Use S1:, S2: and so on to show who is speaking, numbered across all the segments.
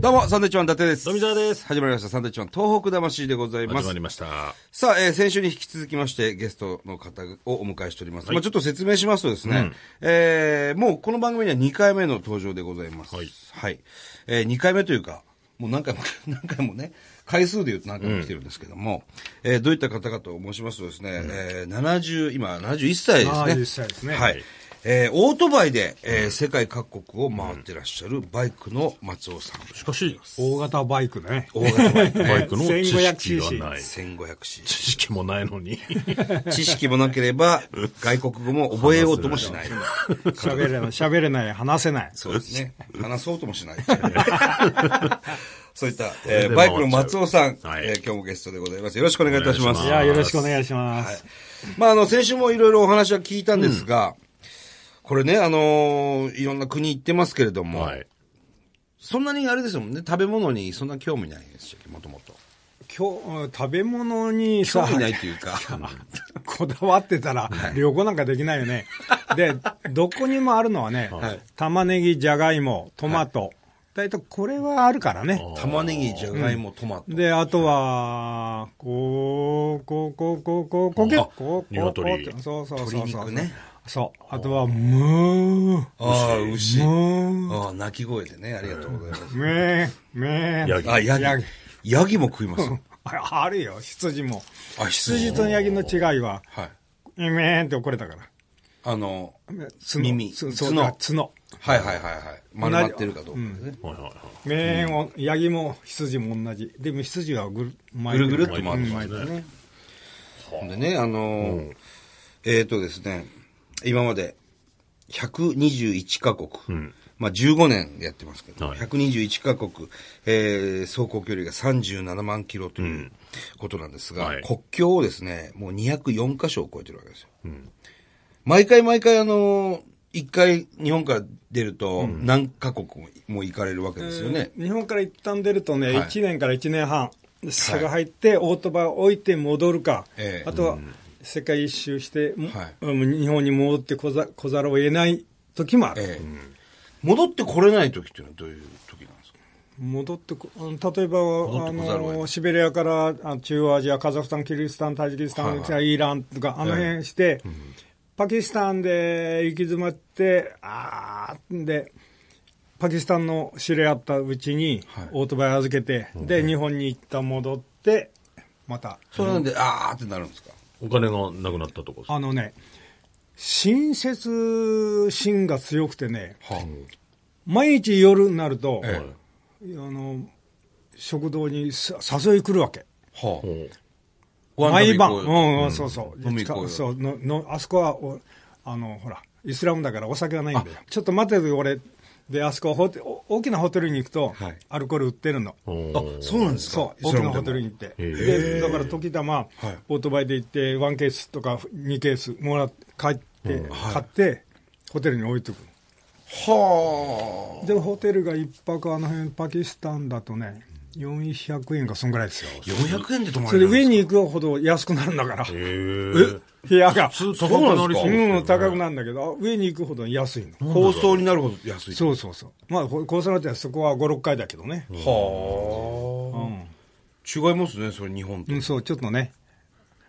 S1: どうも、サンドイッチマン伊達です。
S2: 富澤です
S1: 始まりました、サンドイッチマン東北魂でございます。
S2: 始まりました。
S1: さあ、えー先週に引き続きまして、ゲストの方をお迎えしております。
S2: はい
S1: まあちょっと説明しますとですね、えーもうこの番組には2回目の登場でございます。
S2: はい
S1: え2回目というか、もう何回も、 何回もね、回数で言うと何回も来てるんですけども、えーどういった方かと申しますとですね、えー70、今71歳ですね。
S3: 71歳ですね
S1: はい。えーオートバイで、えー世界各国を回ってらっしゃるバイクの松尾さん。
S2: しかし、
S3: 大型バイクね。
S1: 大型バイクね、
S2: バイクの知識がない。
S1: 1500cc。
S2: 知識もないのに。
S1: 知識もなければ、外国語も覚えようともしない。
S3: 喋れない、喋れない、話せない。
S1: そうですね。話そうともしない。そういった、え
S2: れ
S1: ー
S2: で
S1: バ
S2: 回っちゃう
S1: イクの松尾さん、
S2: はい
S1: えー今日もゲストでございます。よろしくお願いいたします。
S2: お
S3: い
S2: 願
S3: や、
S2: し
S3: よろしくお願いしま
S1: はい
S3: す。
S1: まあ、あの、先週もいろいろお話は聞いたんですが、これね、あのーいろんな国行ってますけれども、
S2: はい。
S1: そんなにあれですもんね、食べ物にそんな興味ないですよ、もともと。
S3: 今日、食べ物に
S1: 興
S3: さ、
S1: 味ないというか、
S3: こだわってたら、旅行なんかできないよね。で、どこにもあるのはね
S1: はい、
S3: 玉ねぎ、じゃがいも、トマト。大体これはあるからね。
S1: 玉ねぎ、じゃがいも、トマト。
S3: で、あとは、こう、こう、こう、こう、こう、こう、
S2: あ
S3: こう、こう、こう、こ
S2: 鶏
S3: う、そうそうそう。
S1: 鶏肉ね。
S3: そう。あとは、むー、
S1: ああ、牛。
S3: うん
S1: ああ、鳴き声でね、ありがとうございます。
S3: めー、めー。
S2: ヤギ
S1: あ、ヤ
S3: ヤ
S1: ギ
S3: ギ。
S1: ヤギも食います。
S3: ああるよ、羊も。
S1: あ、羊
S3: 羊。とヤギの違いは、
S1: はい。
S3: えめーんって怒れたから。
S1: あの、
S3: 角
S1: 耳
S3: つ
S1: 角
S3: 角。角。
S1: はいはいはいはい。丸まってるかどうかですね。
S2: はいはいはい。
S3: めーんを、ヤギも羊も同じ。でも羊はぐる、ぐ
S1: ぐるぐるっと回ってます
S3: 巻いてるね。
S1: ほんでね、あのー、えっとですね、今まで121カ国。まあ15年やってますけど、
S2: はい
S1: 121カ国、えー、走行距離が37万キロということなんですが、
S2: はい
S1: 国境をですね、もう204カ所を超えてるわけですよ。毎回毎回あのー一回日本から出ると何カ国も行かれるわけですよね。
S3: 日本から一旦出るとね、
S1: はい
S3: 1年から1年半、差が入って、オートバイ置いて戻るか
S1: え、え
S3: あとは世界一周して、も
S1: はい
S3: うん日本に戻ってこざこざるを得ない時もある。
S1: ええ戻ってこれない時っていうのはどういう時なんですか
S3: 戻ってこうん例えば
S1: っ
S3: あ
S1: てこざるを得ない
S3: のシベリアからあ中央アジアカザフスタンキルギスタンタジキスタン、
S1: はいは
S3: イランとかあの辺して、パキスタンで行き詰まってあーでパキスタンの知り合ったうちに
S1: はい
S3: オートバイ預けて、で日本に一旦戻ってまた
S1: それなんで、あーってなるんですか
S2: お金がなくなったとこです。
S3: あのね親切心が強くてね
S1: は
S3: 毎日夜になると、
S1: え
S3: あの食堂にさ誘い来るわけ。
S1: あ、は
S2: おう
S1: あ、
S3: 毎晩、
S1: ご飯食べ
S3: う
S1: に行こ
S3: ん、うん、そうそう、
S1: 飲み行こうよ
S3: そうののあそこはおあの、ほら、イスラムだからお酒はないんだよ、ちょっと待ってて、俺、で、あそこホテお、大きなホテルに行くと、
S1: はい
S3: アルコール売ってるの、
S2: お
S1: あ、
S2: う
S1: そうなんですか
S3: そう、大きなホテルに
S1: に。
S3: 行って、
S2: へ
S3: でだから時たま、オートバイで行って、1ケースとか2ケースもらって、帰って、買って、ホテルに置いてくの
S1: は
S3: で、ホテルが一泊、あの辺パキスタンだとね、400円か、そんぐらいですよ。
S1: あ、400円で泊ま
S3: そ
S1: れ
S3: れで
S1: るん
S3: 上
S1: す
S3: に行くほど安くなるんだから、
S2: へえ。
S3: 部屋が。
S2: 普通高くなりそうですよね
S3: うん、高くなるんだけど、上に行くほど安いの。
S1: か放送になるほど安い。
S3: そうそうそう。まあ、ここうされてはそこは5、6回だけどね。
S1: はあ、違いますね、それ日本と。
S3: うん、そう、ちょっとね。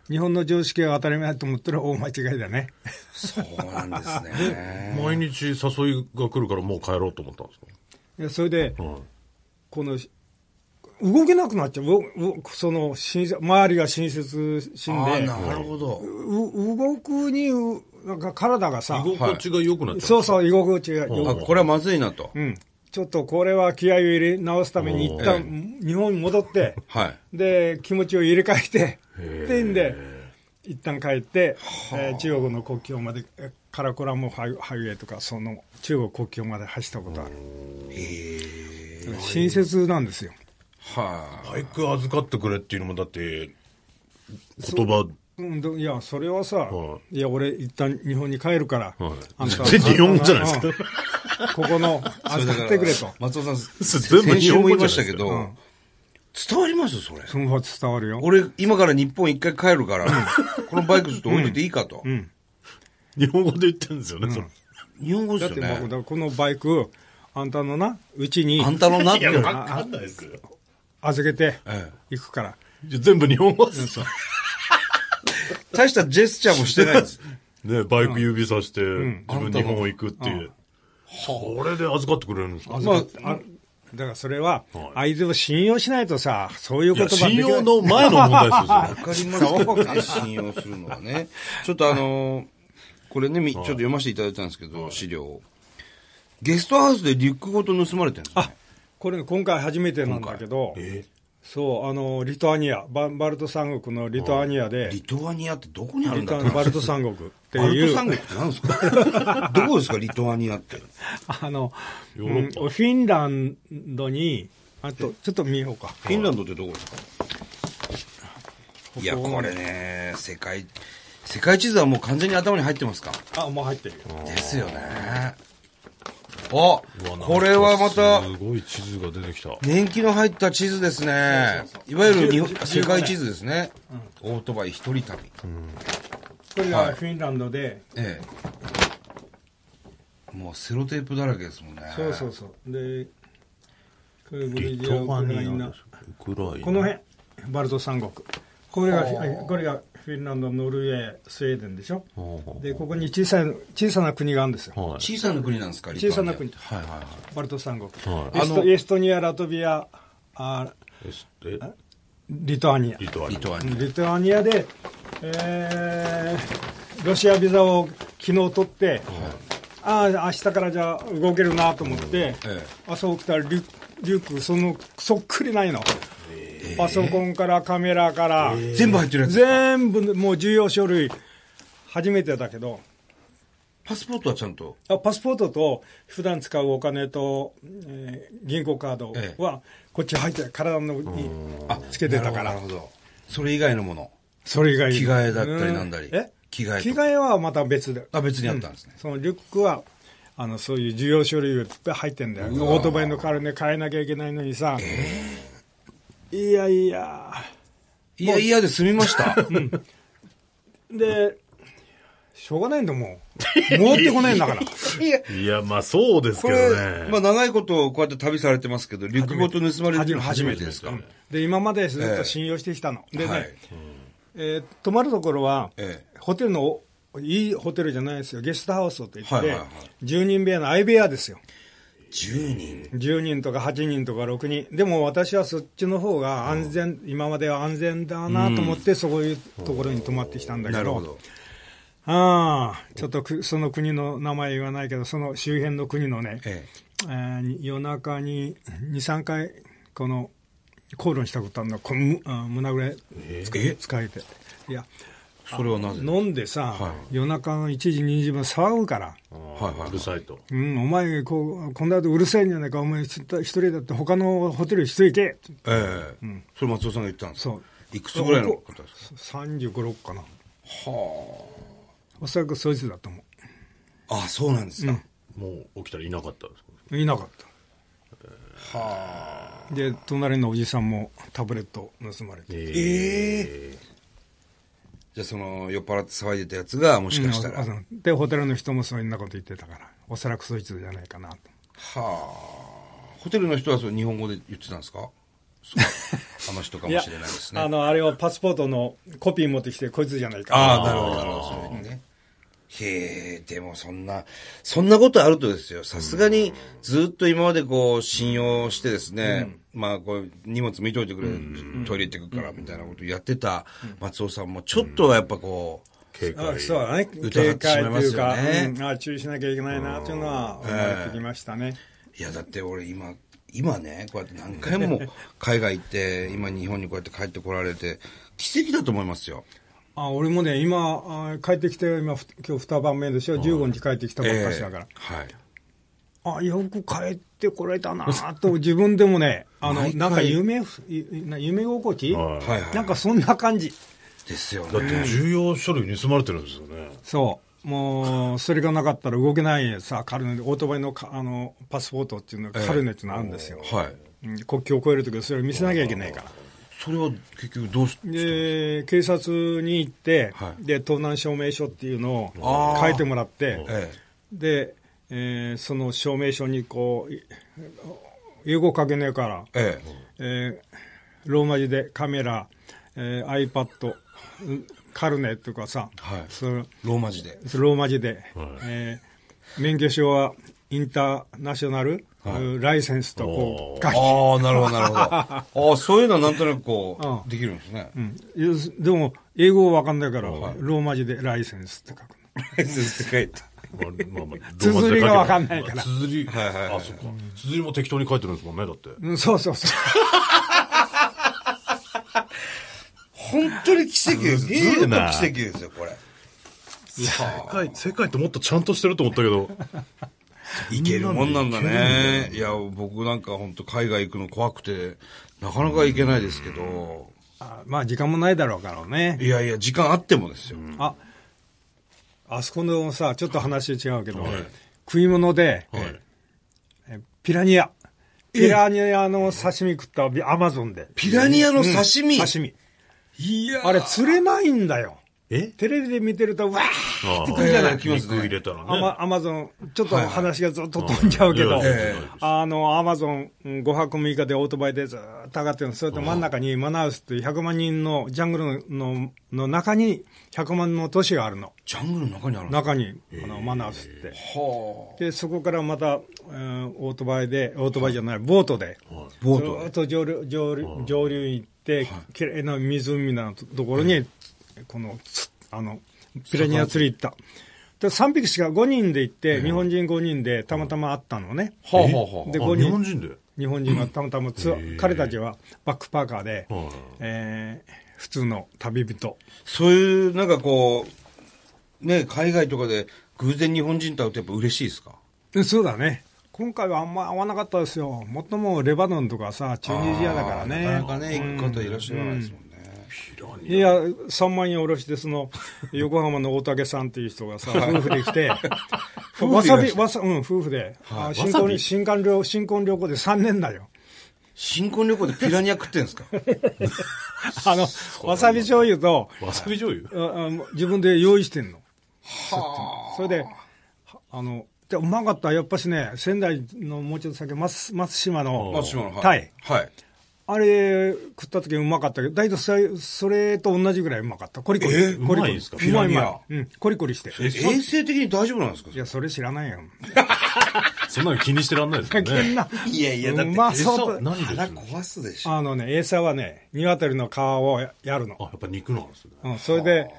S3: 日本の常識が当たり前だと思った ら大間違いだね。
S1: そうなん ですね。
S2: 毎日誘いが来るからもう帰ろうと思ったんですか
S3: いやそれで、
S2: ん
S3: この、動けなくなっちゃう。ううその、親切周りが親切
S1: あ
S3: 心
S1: ー
S3: で、
S1: なるほど。
S3: う動くにう、なんか体がさ、
S2: 居心地が良くなっちゃ
S3: そうそう、居心地が
S2: ん
S1: あ、
S3: よ
S1: これはまずいなと
S3: く、う。ん。ちょっとこれは気合を入れ直すために一
S1: う
S3: 旦日本に戻って、
S1: はい。
S3: で、気持ちを入れ替えて、っていうんで、一旦帰って、えー中国の国境まで、えカラコラムハイハイウェイとか、その中国国境まで走ったことある。親切なんですよ。
S1: は
S2: バイク預かってくれっていうのもだって、言葉、
S3: うんどいや、それはさ、、
S2: はい
S3: や、俺、一旦日本に帰るから、
S2: はい
S3: あんた
S2: 全然日本語じゃないですか
S3: うんここの、
S1: あ。それ
S3: 預
S1: だか
S3: からってくれと。
S1: 松尾さん、
S2: 全部
S1: 先
S2: 日
S1: 週
S2: 本
S1: も
S2: 語
S1: 言いま
S2: じゃな
S1: し
S2: い
S1: た
S2: で
S1: け
S2: すか
S1: ど、伝わりますよ、それ。
S3: その方伝わるよ。
S1: 俺、今から日本一回帰るから、このバイクずっと置いといていいかと。
S2: 日本語で言ってるんですよね、それ。
S1: 日本語で
S3: だっ
S1: すよ
S3: て、
S1: ね。
S3: 僕このバイク、あんたのな、うちに
S1: あんたのなっていうの
S2: わかんないですよ。
S3: 預けて
S1: え
S3: いくから。
S2: じゃ全部日本語です。
S1: 大したジェスチャーもしてないです。
S2: ね、バイク指さして、自分日本行くっていう。それで預かってくれるんですか
S1: まあ、
S3: あだからそれは
S2: は、
S3: 相手を信用しないとさ、そういう
S2: い
S3: 言
S2: や、
S3: 葉で
S2: 信
S3: きない
S2: 用の前の問題ですよ
S1: わ
S2: ね。
S1: かりましたね、信用するのはね。ちょっとあのーこれね、みちょっと読ませていただいたんですけど、資料を。ゲストハウスでリュックごと盗まれてるんですよね。
S3: これ今回初めてなんだけど、
S2: え
S3: そう、あの、リトアニア、ババルト三国のリトアニアで、
S1: リトアニアってどこにあるん
S3: リ
S1: だ
S3: トア
S1: っ
S3: ニ
S1: て
S3: アバルト三国って
S1: バルト
S3: いう
S1: 三、国って何ですかどこですか、リトアニアって。
S3: あの、う
S2: ヨーロ
S3: ん
S2: ッパ
S3: フィンランドに、あと、ちょっと見ようか。
S1: フィンランドってどこですかいや、
S3: ここ
S1: これね、世界、世界地図はもう完全に頭に入ってますか
S3: あ、もう入ってるよ。
S1: ですよね。あ
S2: うわなんか
S1: これはまた、
S2: すごい地図が出てきた。
S1: 年季の入った地図ですね。いわゆる日本世界地図ですね。オートバイ一人旅。
S3: これ
S1: はい
S3: がフィンランドで、
S1: ええ。もうセロテープだらけですもんね。
S3: そうそうそう。で、これブリ
S2: リ
S3: ジア、ウ
S2: トア
S3: ク
S2: ニ
S3: ライ
S2: ア
S3: ナ
S2: で。す。ウクライナ。
S3: この辺、バルト三国。これが、これがフィンランド、ノルウェー、スウェーデンでしょ。
S2: 辺
S3: で、ここに小さい、小さな国があるんですよ。
S2: はい。
S1: 小さな国なんですか、リトアニア
S3: 小さな国
S1: はいはいはい。
S3: バルト三国。
S2: は
S3: エス
S1: あの
S3: トエストニア、ラトビア、あ
S2: えすえ
S3: リトアニア。
S2: リトアニ
S1: リトアニ
S3: リトアニアで、えーロシアビザを昨日取って、ああ、明日からじゃあ動けるなと思って、
S1: え
S3: 朝起きたらリュリュック、そのそっくりないの、パソコンからカメラから、
S1: え全部入ってるやつですか。
S3: 全部、もう重要書類、初めてだけど、
S1: パスポートはちゃんと。
S3: あパスポートと普段使うお金と、えー銀行カード
S1: ええ
S3: は、こっち入って、体のに
S1: あ、
S3: つけてたか
S1: な
S3: ら
S1: るほど。なるほどそれ以外のもの。
S3: それ以外に
S1: 着替えだったりなんだり
S3: うんえ
S1: 着替えとか
S3: 着替えはまた別で。
S1: あ、別にあったんですね。
S3: そのリュックは、あの、そういう需要書類がいっぱい入ってんだよ。
S1: うわ
S3: オートバイの代わりで変えなきゃいけないのにさ。いやいや。
S1: いやいやで済みました。
S3: で、しょうがないん だもん。戻ってこないんだから。
S1: いや
S2: ア。いや、まあそうです
S1: こ
S2: けど
S1: れ、
S2: ね。
S1: まあ長いことこうやって旅されてますけど、リュックごと盗まれるっていうのは初めてですか
S3: うんで、今までずっ
S1: ええ
S3: と信用してきたの。でね、
S1: はい。
S3: えー泊まるところは、
S1: ええ
S3: ホテルのお、いいホテルじゃないですよ。ゲストハウスと言って、
S1: はいはいはい
S3: 10人部屋の相部屋ですよ。
S1: 10人。
S3: 10人とか8人とか6人、でも私はそっちの方が安全、今までは安全だなと思って、そういうところに泊まってきたんだ
S1: な
S3: け
S1: る
S3: ど、
S1: ほど。
S3: ああちょっとくその国の名前言わないけど、その周辺の国のね、
S1: え
S3: えー夜中に2、3回、この口論したことあるの、こむあ胸ぐらい
S1: え。え
S3: 使えて、いや、
S1: それはなぜ
S3: 飲んでさ、
S1: は
S3: 夜中の1時、2時分騒ぐから。
S1: はいはいはいう
S2: るさいと。
S3: うん、お前こう、こんなことうるせえんじゃないか、お前一人だって、他のホテル一人行け
S1: ええそれ松尾さんが言ったんですか
S3: そう
S1: いくつぐらいの方です
S3: 35、6かな。
S1: かは
S3: おそらくそいつだと思
S1: あ。あ、そうなんですか。
S2: もう起きたらいなかったんですか
S3: う。いなかった。はあ。で、隣のおじさんもタブレット盗まれて。
S1: えじゃあその、酔っ払って騒いでたやつが、もしかしたら。
S3: うんあそうで、ホテルの人もそんなこと言ってたから、おそらくそいつじゃないかなと。
S1: はあ。ホテルの人はそれ日本語で言ってたんですかそうあの人かもしれない ですね。
S3: あの、あれをパスポートのコピー持ってきて、こいつじゃないか
S1: ああ、なるほど、なるほど、そういうふうにね。へえ、でもそんな、そんなことあるとですよ、さすがにずっと今までこう信用してですね、まあこう荷物見といてくれ、トイレ行ってくからみたいなことやってた松尾さんもちょっとはやっぱこ
S2: 警
S3: あ
S2: 戒。
S3: そうだね、
S1: 疑
S3: 警
S1: ってしまい
S3: 戒と
S1: ま
S3: い
S1: す
S3: う
S1: よ
S3: か、
S1: ね
S3: うんあ注意しなきゃいけないなというのは思ってきましたね。
S1: う、いやだって俺今、今ね、こうやって何回 も海外行って、今日本にこうやって帰ってこられて、奇跡だと思いますよ。
S3: あ俺もね、今、あ帰ってきて、今、ふ今日2晩目でしょ、15日帰ってきたばっかしだから、
S1: ええはい。
S3: あよく帰ってこれたなと、自分でもね、あの
S1: 毎回
S3: なんか夢ふいな夢心地、
S2: はい
S1: はいはい。
S3: なんかそんな感じ、
S1: ですよ
S2: だっ
S1: ね。
S2: て重要書類盗まれてるんですよね。
S3: そう、もうそれがなかったら動けないさ、カルネオートバイのかあのパスポートっていうの、
S1: ええ
S3: カルネっていうのあるんですよ、
S1: はい。
S3: うん国境を越えるときはそれを見せなきゃいけないから。
S1: それは結局どうし、
S3: で警察に行って、
S1: はい
S3: で盗難証明書っていうの
S1: あ
S3: を
S1: ー
S3: 書いてもらって、
S1: ええ
S3: で、えー、その証明書にこう、英語書けねえから、
S1: え
S3: えー、ローマ字でカメラ、えー、iPad、カルネとかさ、
S1: はい、
S3: その
S1: ローマ字で。
S3: ローマ字で、はいえー、免許証はインターナショナル、はい、ライセンスとこう
S1: ああ、なるほど、なる ほど。ああ、そういうのはなんとなくこう、うん、できるんですね。
S3: うん、でも、英語わかんないから、はい、ローマ字でライセンスって書く。
S1: ライセンスって書いて。
S3: まあまあ、綴りがわかんないから。
S2: 綴り、はいはい、はい、あ、そっか。綴りも適当に書いてるんですもんね、だって。
S3: うん、そうそうそう。
S1: 本当に奇跡です。ずっと奇跡ですよ、これ。
S2: 世界、世界ってもっとちゃんとしてると思ったけど。
S1: いけるもんなんだね。いや、僕なんか本当海外行くの怖くて、なかなか行けないですけど。
S3: あまあ、時間もないだろうからね。
S1: いやいや、時間あってもですよ。
S3: あ、あそこのさ、ちょっと話違うけど、はい、食い物で、はい、えピラニア。ピラニアの刺身食ったアマゾンで。
S1: ピラニアの刺身、
S3: うん、刺身。
S1: いや
S3: あれ釣れないんだよ。
S2: え
S3: テレビで見てると、わーってくるじゃないです
S2: か、ね。入れたらね。
S3: アマアマゾン、ちょっと話がずっと飛んじゃうけど、はいはい、あの、アマゾン5泊6日でオートバイでずっと上がってるの。それと真ん中にマナウスっていう100万人のジャングルのの中に100万の都市があるの。
S1: ジャングルの中にあるの
S3: 中に、あの、マナウスって。で、そこからまた、うん、オートバイで、オートバイじゃない、ボートで、
S1: ボート
S3: ずっと上流、上流、上流に行って、綺麗な湖のところに、この、あの、ピラニア釣り行った。で、3匹しか5人で行って、日本人5人でたまたま会ったのね。
S1: はあ、は
S2: あ、で、5人。日本人で
S3: 日本人がたまたまツアー、彼たちはバックパーカーで、はえー、普通の旅人。
S1: そういう、なんかこう、ね、海外とかで偶然日本人と会うとやっぱ嬉しいですか
S3: そうだね。今回はあんま合わなかったですよ。もっともレバノンとかさ、チュニジアだからね。
S1: なかなかね、行く方いらっしゃらないですもんね。うんうん
S3: いや、3万円おろして、その、横浜の大竹さんっていう人がさ、夫婦で来て、わさび、わさ、うん、夫婦で、はい、新婚、新婚旅、新婚旅行で3 年だよ。
S1: 新婚旅行でピラニア食ってんですか
S3: あの、わさび醤油と、
S2: わさび醤 油
S3: 自分で用意してんの。はそれで、あの、で、うまかった。やっぱしね、仙台のもうちょっと先、松、松島の、
S1: 松島の、
S3: タイ。
S1: はい。
S3: あれ食った時うまかったけど、大体それと同じぐらいうまかった。コリコリ。え
S2: ー、
S3: コ
S2: リコリですか
S3: うまいうまい。うん、コリコリして。
S1: 衛生的に大丈夫なんですか
S3: いや、それ知ら ないよ。
S2: そんなの気にしてらんないですよね。
S1: いやいや、だって、
S3: うまそう。
S1: 何で腹壊すでしょ。
S3: あのね、餌はね、鶏の皮をやるの。
S2: あ、やっぱ肉なんですね。
S3: うん、それで、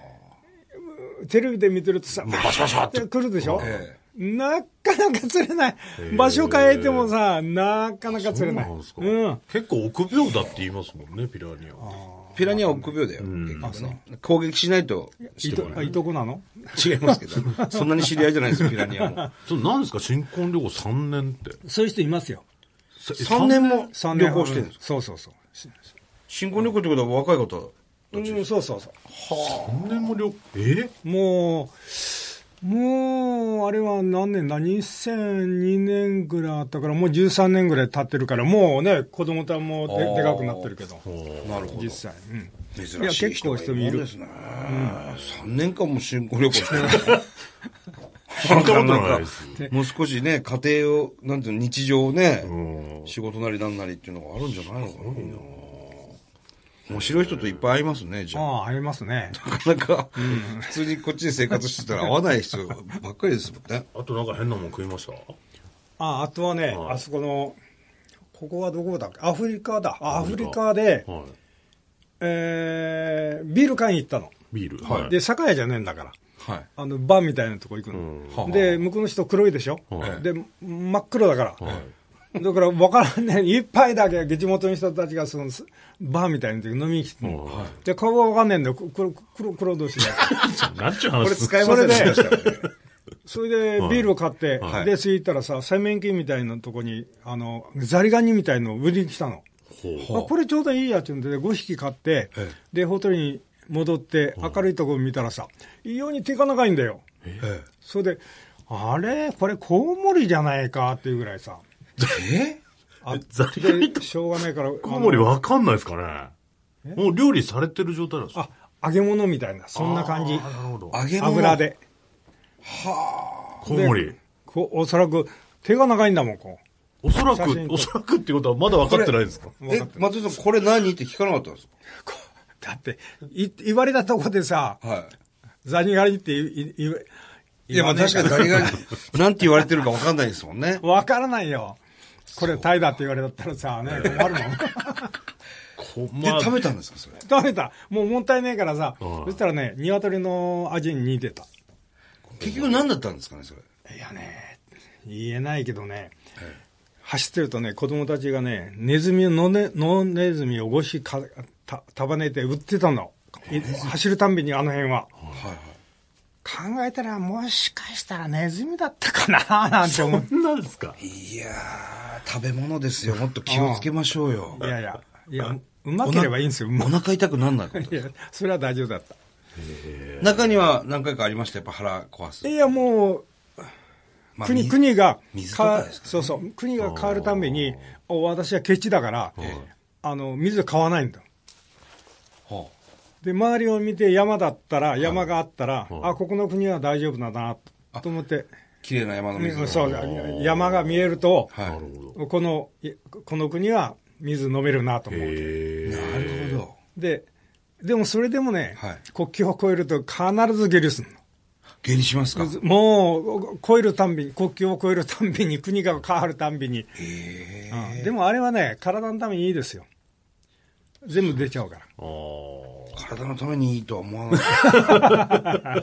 S3: テレビで見てるとさ、
S1: バシバシって
S3: 来るでしょ、えー、ななかなか釣れない。場所変えてもさ、なかなか釣れない。
S2: そうなんうん、結構臆病だって言いますもんね、ピラニア。
S1: ピラニアは臆病だよ、結局ね。攻撃しない と
S3: いと。いとこなの
S1: 違いますけど。そんなに知り合いじゃないです、ピラニアも。
S2: そう、なんですか、新婚旅行3年って。
S3: そういう人いますよ。
S1: 3年も旅行してるんですか、
S3: そうそうそう。
S1: 新婚旅行ってことは若い方
S3: うん、そうそうそう。
S2: はあ。3年も旅、え
S3: もう、もう、あれは何年だ ?2002 年ぐらいあったから、もう13年ぐらい経ってるから、もうね、子供たんもででかくなってるけど。
S1: なるほど。
S3: 実際。う
S1: 珍
S3: ん、
S1: しいいや、
S3: 結構人見る。
S1: ですね。うん、3年間も新婚旅行 してる。
S2: 聞いたことないです。
S1: もう少しね、家庭を、なんていうの、日常をね、仕事なりなんなりっていうのがあるんじゃないのかな。面白い人といっぱい会いますね、じゃ
S3: あ。あ会いますね。
S1: なかなか、普通にこっちで生活してたら会わない人ばっかりですもんね。
S2: あとなんか変なもん食いました
S3: あ、あとはね、あそこの、ここはどこだっけアフリカだ。アフリカで、はえー、ビール買いに行ったの。
S2: ビールはい。
S3: で、酒屋じゃねえんだから。
S1: はい、
S3: あのバーみたいなとこ行くの、で向こうの人黒いでしょ、で真っ黒だから、だから分からんね 一杯だけ、地元の人たちがそのバーみたいな時飲みに来て、はい、で、顔が分かんねえんだよ、黒、黒、黒同士 で。
S2: なんちゅう
S1: 話これ使いま
S3: せん
S1: で
S3: した、ね、それで、ビールを買って、はい、で、過ぎたらさ、洗面器みたいなとこに、あの、ザリガニみたいのを売りに来たの。あこれちょうどいいやって言うんで、5匹買って、はい、で、ホテルに戻って、明るいとこ見たらさ、異様に手が長いんだよ。それで、あれこれコウモリじゃないかっていうぐらいさ。
S1: え
S3: あ
S2: ザリガニ
S3: って。しょうがないから。
S2: コウモリわかんないですかね。もう料理されてる状態なんですか
S3: あ、揚げ物みたいな、そんな感じ。なる
S1: ほど。揚げ
S3: 油で。
S1: はあ。
S2: コウモリ。
S3: こうおそらく手が長いんだもん、こう。
S2: おそら
S3: 写真
S2: く、
S3: と
S2: おそらくってことはまだ分かってないんですか
S3: 分か
S1: え
S3: って、る
S1: 松井さん、これ何って聞かなかったんです
S3: こうだって、い言われたとこでさ、
S1: かはい。
S3: ザニガニって言い言う
S1: いや、まあ確かにザリガニ、なんて言われてるかわかんないですもんね。
S3: わからないよ。これタイだって言われたらさ、ね、困るも ん。
S2: こ
S1: で、
S2: まあ
S1: 食べたんですか、それ。
S3: 食べた。もうもったいねえからさ、
S2: うん
S3: そしたらね、鶏の味に似てた。
S1: 結局何だったんですかね、それ。
S3: いやね、言えないけどね、走ってるとね、子供たちがね、ネズミを、野ね野ネズミをごしかた束ねて売ってたの。い走るたんびにあの辺は。
S1: はいはい。
S3: 考えたら、もしかしたらネズミだったかな なんて思う。
S2: そんなんですか
S1: いやー、食べ物ですよ。もっと気をつけましょうよ。
S3: いやいや、いや、うまければいいんですよ。う
S1: お
S3: ま
S1: 腹痛くなんないこと
S3: いや、それは大丈夫だった。
S1: 中には何回かありました、やっぱ腹壊す。
S3: いや、もう、
S1: まあ
S3: 国
S1: み
S3: 国が
S1: 水と
S3: 変わ
S1: かですかね
S3: そうそう、国が変わるために、お私はケチだから、あの水買わないんだ。
S1: ほ
S3: で、周りを見て山だったら、山があったら、あ、ここの国は大丈夫だなと思って、
S1: う綺麗な山の水
S3: うん
S1: が。
S3: そう山が見えると、
S1: はい。な
S2: なるほど。
S3: このいこの国は水飲めるなと思う。
S2: へ
S1: るほど。
S3: で、でもそれでもね、
S1: はい
S3: 国境を越えると必ず下痢するの。
S1: 下痢しますか
S3: もう、越えるたんびに、国境を越えるたんびに、国が変わるたんびに、
S1: ええ。
S3: うんでもあれはね、体のためにいいですよ。全部出ちゃうから。
S2: あー
S1: 体のためにいいとは思わない。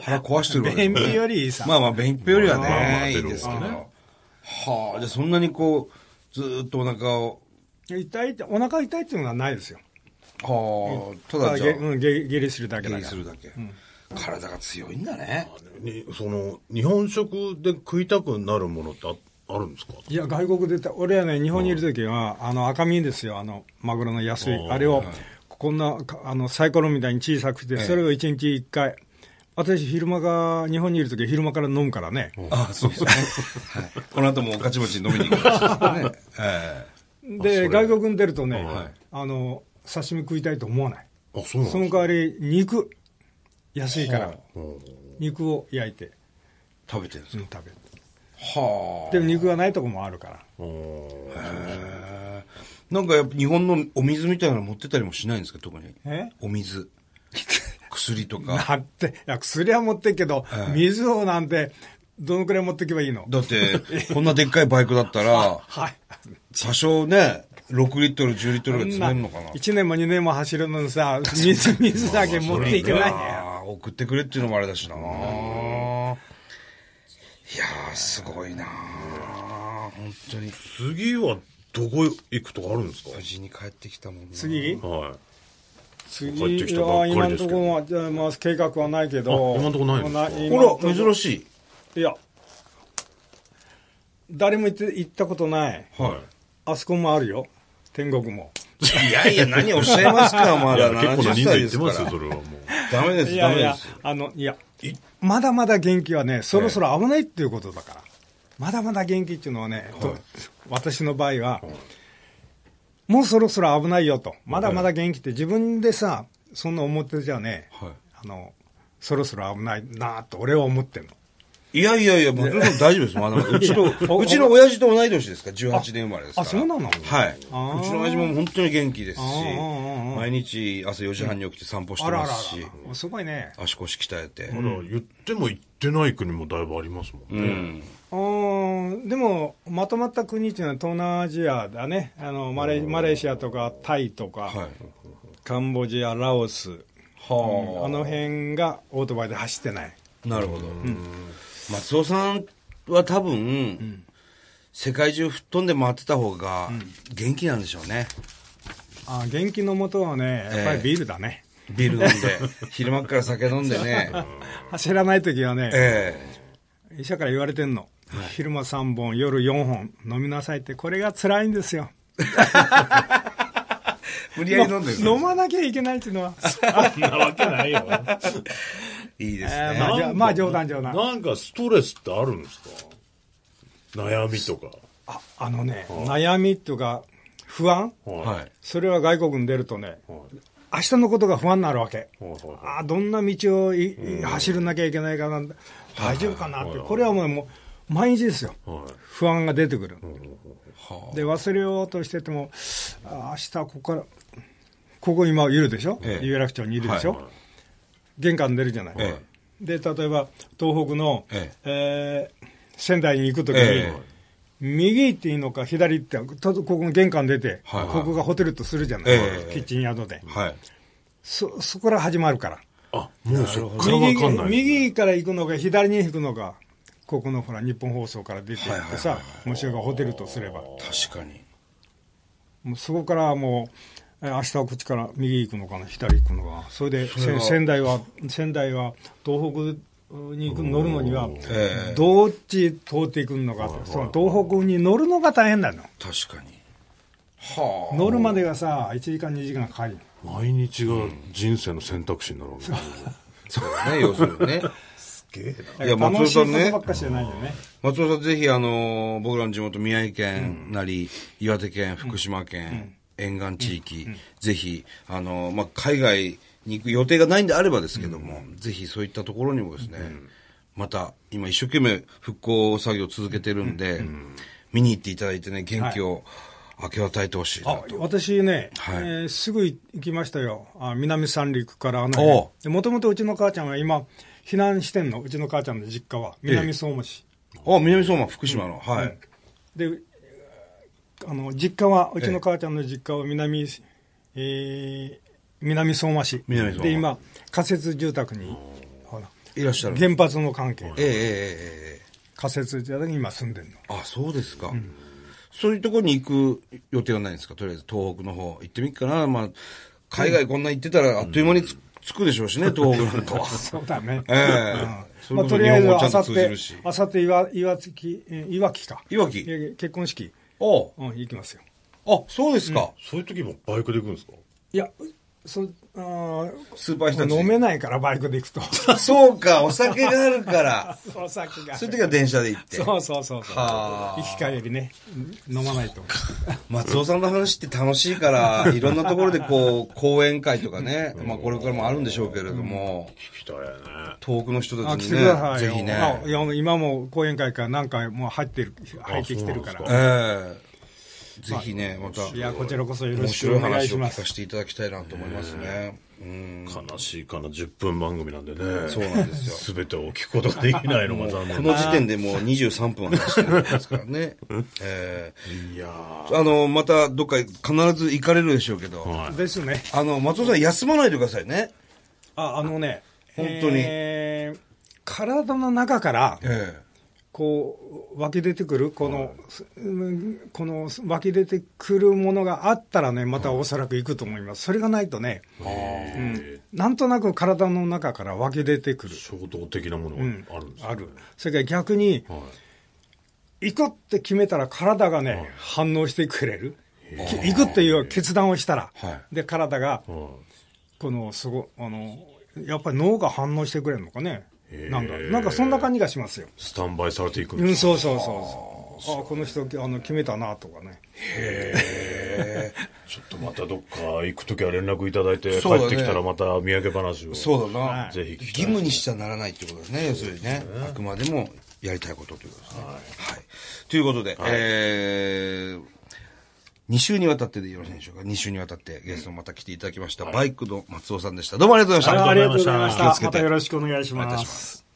S1: 腹壊してるわけ
S3: 便
S1: です
S3: 秘よりいいさ。
S1: まあまあ、便秘よりは
S2: まあまあまあ
S1: ね、いいですけど。はあ、じゃあそんなにこう、ずーっとお腹を、
S3: 痛いって、お腹痛いっていうのはないですよ。
S1: はあ、ただじゃ
S3: あげ
S1: あ、
S3: うんげ下痢するだけ
S1: 下
S3: だ
S1: 痢
S3: か
S1: す
S3: ら。
S1: るだけ。体が強いんだね。
S2: にその、日本食で食いたくなるものってああるんですか
S3: いや、外国でた、俺はね、日本にいる時は、あの、赤身ですよ、あの、マグロの安
S2: あ
S3: い。
S2: ー
S3: あれを、こんな、かあの、サイコロみたいに小さくして、
S1: ええ
S3: それを1日1回。私、昼間が、日本にいる時は昼間から飲むからね。
S1: ああ、そうそう。はいこの後もおかちもち飲みに行きますからね。え
S3: で、外国に出るとね
S1: はい、
S3: あの、刺身食いたいと思わない。
S2: あ、そうなん
S3: そ
S2: で
S3: の
S2: すか
S3: 代わり、肉。安いから
S1: は、
S3: 肉を焼いて、
S1: え食べてるんです
S3: う
S1: か
S3: ん食べる。
S1: はあ。
S3: でも肉がないとこもあるから。
S2: あー
S1: へえなんかやっぱ日本のお水みたいなの持ってたりもしないんですか、特に。
S3: え
S1: お 水。薬とか。
S3: だって、いや、薬は持ってっけど、
S1: はい
S3: 水をなんて、どのくらい持ってけばいいの
S1: だって、こんなでっかいバイクだったら、
S3: はい。
S1: 多少ね、6リットル、10リットルが詰めるのかな。
S3: 1年も2年も走るのにさ、水、水だけ持っていけないんだよ。
S1: あー送ってくれっていうのもあれだしな。いやー、すごいな本当に。
S2: 次はどこ行くとかあるんですか
S1: 無事に帰ってきたもんな。
S3: 次
S2: はい。帰って
S3: 次
S2: きたば
S3: は
S2: っか
S3: 今
S2: り
S3: の
S2: です
S3: と
S2: け
S3: こ
S2: ど
S3: ろはじゃあ、まあ、計画はないけど。
S2: あ今のとこないんですか
S1: ほら、珍
S3: し
S1: しい。
S3: い。いや、誰も行って行ったことない。
S2: は
S3: あそこもあるよ。天国も。
S1: いやいや、何おっしゃいます か、ま
S2: い。いや
S1: だ、
S2: 結構な
S1: 70
S2: 人数
S1: 歳で
S2: いって
S1: すか
S2: ますよ、
S1: ら
S2: そ。れはもう。
S1: ダメです、
S3: い
S1: ダ
S3: や
S1: メ
S3: い
S1: で
S3: や
S1: す。、
S3: あの、いや、まだまだ元気はね、そろそろ危ないっていうことだから、まだまだ元気っていうのはね、と私の場合は、もうそろそろ危ないよと、まだまだ元気って、自分でさ、そんな思ってじゃね、
S1: はい
S3: あの、そろそろ危ないなと俺は思ってんの。
S1: いやいやいや、松本さん大丈夫です。まだまだうちの、
S3: お
S1: うちの親父と同い年ですから、18年生まれですから。
S3: あそうなの
S1: はい。
S3: あー
S1: うちの親父も本当に元気ですし
S3: あーあーあー、
S1: 毎日朝4時半に起きて散歩し
S3: あ
S1: て
S3: らあ
S1: ま
S3: ら
S1: すし、
S3: あら、すごいね。
S1: 足腰鍛えて。
S2: まだ言っても行ってない国もだいぶありますもん
S1: う
S2: ね。
S1: ん。
S3: うーんでも、まとまった国っていうのは東南アジアだね、あのマレーマレーシアとかタイとか、
S1: はい。
S3: カンボジア、ラオス、
S1: はあ。
S3: あの辺がオートバイで走ってない。
S1: なるほど。松尾さんは多分、世界中吹っ飛んで回ってた方が元気なんでしょうね。
S3: あ元気のもとはね、やっぱりビールだね。
S1: ビール飲んで、昼間っから酒飲んで ね。
S3: 走らない時はね、
S1: ええ。
S3: 医者から言われてんの。昼間3本、夜4本飲みなさいって、これが辛いんですよ。
S1: 無理やり飲んでる。
S3: 飲まなきゃいけないっていうのは。
S2: そんなわけ な いよ。
S1: いいです
S3: えー
S1: ね。
S3: まあじゃあまあ冗談冗談
S2: なんかストレスってあるんですか悩みとか。
S3: ああのね、悩みとか不安、
S1: は。
S2: はい
S3: それは外国に出るとね、
S2: い。はい。
S3: 明日のことが不安になるわけ。
S2: はいは
S3: あーどんな道をいい走らなきゃいけないかな、大丈夫かなって、これはもうも毎日ですよ、
S2: はい
S3: 不安が出てくる、
S1: は
S3: で忘れようとしてても、あ明日ここから、ここ今いるでしょ、
S1: ええ
S3: 有楽町にいるでしょ、
S1: はい
S3: 玄関出るじゃない、
S1: え
S3: で例えば東北の、
S1: え
S3: えー仙台に行くときに、
S1: ええ
S3: 右行っていいのか、左行って、たここの玄関出て、
S1: はいはい
S3: ここがホテルとするじゃない、
S1: ええ
S3: キッチン宿で、
S1: はい。
S3: そそこから始まるから。
S2: あ、もうそっからわ
S3: 右
S2: かんない。
S3: 右から行くのか左に行くのかここのほら日本放送から出て行って
S1: はい
S3: さ
S1: はいはい
S3: もしがホテルとすれば
S1: 確かに。
S3: もうそこからもうえ明日はこっちから右行くのかな左行くのかなそれで
S1: それは
S3: せ仙台は仙台は東北に行く乗るのには
S1: ええ
S3: どっち通っていくのかってその東北に乗るのが大変なの
S1: 確かに。はあ。
S3: 乗るまでがさ1時間2時間かかる
S2: 毎日が人生の選択肢になるわけですね
S1: そうね、要するにね。すげえいや、
S3: 楽
S1: 松
S3: しいこ
S1: 尾さ
S3: と
S1: ん
S3: ば
S1: ね
S3: っ。かしじゃないよね
S1: 松尾さん、ぜひ、あの、僕らの地元、宮城県なり、岩手県、福島県、沿岸地域、ぜひ、あの、まあ、海外に行く予定がないんであればですけども、ぜひそういったところにもですね、また、今一生懸命復興作業を続けてるんで、見に行っていただいてね、元気を明け渡えてほしいな
S3: あ
S1: と。
S3: 私ね、
S1: はい
S3: えーすぐ行きましたよ、あ南三陸からあ
S1: おう
S3: のもともとうちの母ちゃんは今、避難してんの、うちの母ちゃんの実家は、南相馬市、
S1: あ、南相馬、福島の。は
S3: うん
S1: い。
S3: であの実家は、うちの母ちゃんの実家は南,、えー南相馬市
S1: 南相馬
S3: で、今、仮設住宅に、ほら
S1: いらっしゃる。
S3: 原発の関係
S1: え
S3: で、
S1: えええええ
S3: 仮設住宅に今住んでるの。
S1: あ、そうですか。そういうところに行く予定はないんですかとりあえず東北の方行ってみっかな。まあ、海外こんな行ってたらあっという間につ,、くでしょうしね、東北なん かは。
S3: そうだね。
S1: ええ
S3: うんま
S1: そ
S3: あ、とりあ
S1: れ
S3: え
S1: こそ日本語
S3: ず
S1: ちゃ
S3: あ
S1: ん
S3: さ
S1: と
S3: っ
S1: 通じ
S3: て
S1: るし、
S3: あさって岩岩月、えいわきか。
S1: いわき
S3: え結婚式。
S1: おう
S3: うん、行きますよ。
S1: あ、そうですか。
S2: そういう時もバイクで行くんですか
S3: いや、そあ
S1: スーパーひた
S3: ー
S1: ち。
S3: 飲めないから、バイクで行く と。
S1: そうか、お酒があるから。
S3: そう、さっきが。
S1: そういう時は電車で行って。
S3: そうそうそうそう。
S1: はあ
S3: 行き帰りね、飲まないと。
S1: 松尾さんの話って楽しい から、いろんなところでこう、講演会とかね、まあこれからもあるんでしょうけれども、
S2: 聞きたいね。
S1: 遠くの人た
S3: あ、
S1: ち
S3: 来
S1: に
S3: て
S1: ね
S3: くださ、い
S1: ぜ
S3: よ。
S1: ひ
S3: あ
S1: ね。
S3: い
S1: え
S3: や今も講演会から何回も入ってる、入ってきてるか
S2: そう
S3: ら。
S1: えぜひね、また。
S3: いや、こちらこそよろ
S1: 面
S3: し
S1: 白
S3: く
S1: い
S3: お願い
S1: 話
S3: し
S1: を
S3: ま
S1: 聞
S3: す
S1: か。せていただきたいなと思いますね。うん、
S2: 悲しいかな、10分番組なんでね。
S1: そうなんですよ。
S2: すべてを聞くことができな いのが残
S1: こ
S2: 念
S1: の時点でもう23分話してるんですから ね。え
S2: いやー
S1: ーあの、またどっか必ず行かれるでしょうけど、
S2: はい
S3: ですね。
S1: あの、松尾さん休まないでくださいね。
S3: あ、あのね、
S1: 本当に
S3: えー体の中から、
S1: え
S3: こう湧き出てくるこの、うんこの湧き出てくるものがあったらね、またおそらく行くと思います。それがないとね、うんなんとなく体の中から湧き出てくる。
S2: 衝動的なものが
S3: うん
S2: あるんです
S3: ある。それから逆に、
S2: はい
S3: 行くって決めたら体がね、反応してくれる。き行くっていう決断をしたら、
S1: は
S3: で、体が、
S2: は
S3: この、すご、あの、やっぱり脳が反応してくれるのかね。
S2: へー
S3: なんだ、なんかそんな感じがしますよ。
S2: いスタンバイされていくん
S3: う
S2: で
S3: ん、
S2: すか
S3: そうそうそうそう。あこの人あの決めたなとかね。
S2: ちょっとまたどっか行く時は連絡いただいて、帰
S1: そうだ
S2: っ
S1: ね
S2: てきたらまた土産話を。
S1: えそうだな、
S3: はい
S2: ぜひ聞きたい
S1: 義務にしちゃならないってことですね、要するにね。あくまでもやりたいことということですね。はい。ということで、えー、2週にわたってでよろしいでしょうか。2週にわたってゲストまた来ていただきました、バイクの松尾さんでした。どうもありがとうございました。
S2: ありがとうございました
S3: ありがとう
S1: 気を
S3: ございま
S1: つけて
S3: またよろしくお願いし
S1: お願いい
S3: ま。
S1: たします